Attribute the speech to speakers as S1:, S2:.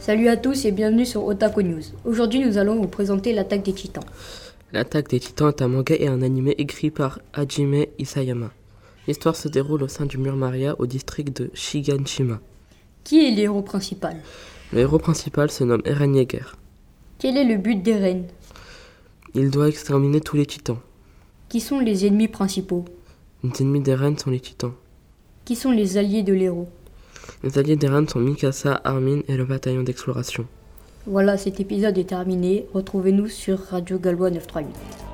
S1: Salut à tous et bienvenue sur Otaku News. Aujourd'hui, nous allons vous présenter L'Attaque des Titans.
S2: L'attaque des titans est un manga et un anime écrit par Hajime Isayama. L'histoire se déroule au sein du mur Maria au district de Shiganshima.
S1: Qui est le héros principal
S2: Le héros principal se nomme Eren Yeager.
S1: Quel est le but des reines
S2: Il doit exterminer tous les titans.
S1: Qui sont les ennemis principaux
S2: Les ennemis d'Eren sont les titans.
S1: Qui sont les alliés de l'héros
S2: Les alliés d'Eren sont Mikasa, Armin et le bataillon d'exploration.
S1: Voilà, cet épisode est terminé. Retrouvez-nous sur Radio Gallois 938.